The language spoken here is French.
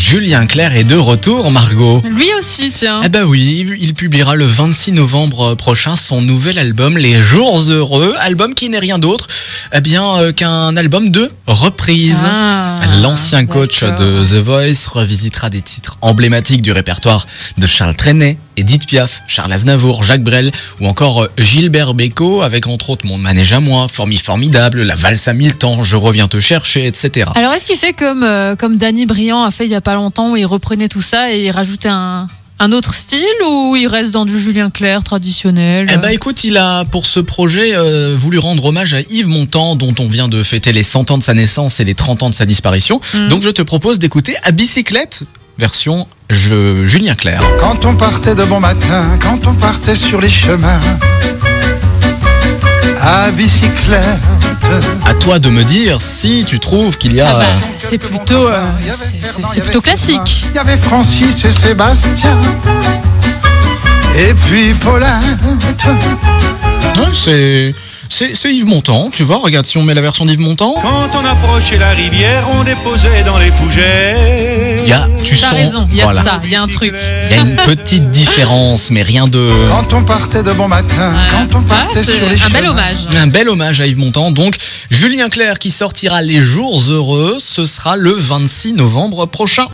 Julien Clerc est de retour, Margot. Lui aussi, tiens. Eh ben oui, il publiera le 26 novembre prochain son nouvel album Les Jours Heureux, album qui n'est rien d'autre eh bien euh, qu'un album de reprises. Ah, L'ancien coach d'accord. de The Voice revisitera des titres emblématiques du répertoire de Charles Trenet, Edith Piaf, Charles Aznavour, Jacques Brel ou encore euh, Gilbert Bécaud avec entre autres Mon manège à moi, Formi formidable, La valse à mille temps, Je reviens te chercher, etc. Alors, est-ce qu'il fait comme, euh, comme Danny Briand a fait il y a pas longtemps où il reprenait tout ça et il rajoutait un, un autre style ou il reste dans du Julien Clerc traditionnel Eh ben écoute, il a pour ce projet euh, voulu rendre hommage à Yves Montand dont on vient de fêter les 100 ans de sa naissance et les 30 ans de sa disparition. Hmm. Donc je te propose d'écouter à bicyclette version je- Julien Clerc. Quand on partait de bon matin, quand on partait sur les chemins, à bicyclette. À toi de me dire si tu trouves qu'il y a Ah bah, euh, c'est plutôt, euh, Il y avait c'est- Fernand, c'est- il y c'est avait plutôt Fernand, classique. Il y avait Francis et Sébastien. Et puis Paulette. Ouais, c'est. C'est c'est Yves Montand, tu vois, regarde si on met la version d'Yves Montand. Quand on approchait la rivière, on déposait dans les fougères. Il y a, tu T'as sens, raison, il y a voilà. de ça, il y a un truc. Il y a une petite différence, mais rien de. Quand on partait de bon matin, quand on Ah, partait c'est sur les un chemins. bel hommage. Un bel hommage à Yves Montand. Donc, Julien Clerc qui sortira Les Jours Heureux, ce sera le 26 novembre prochain.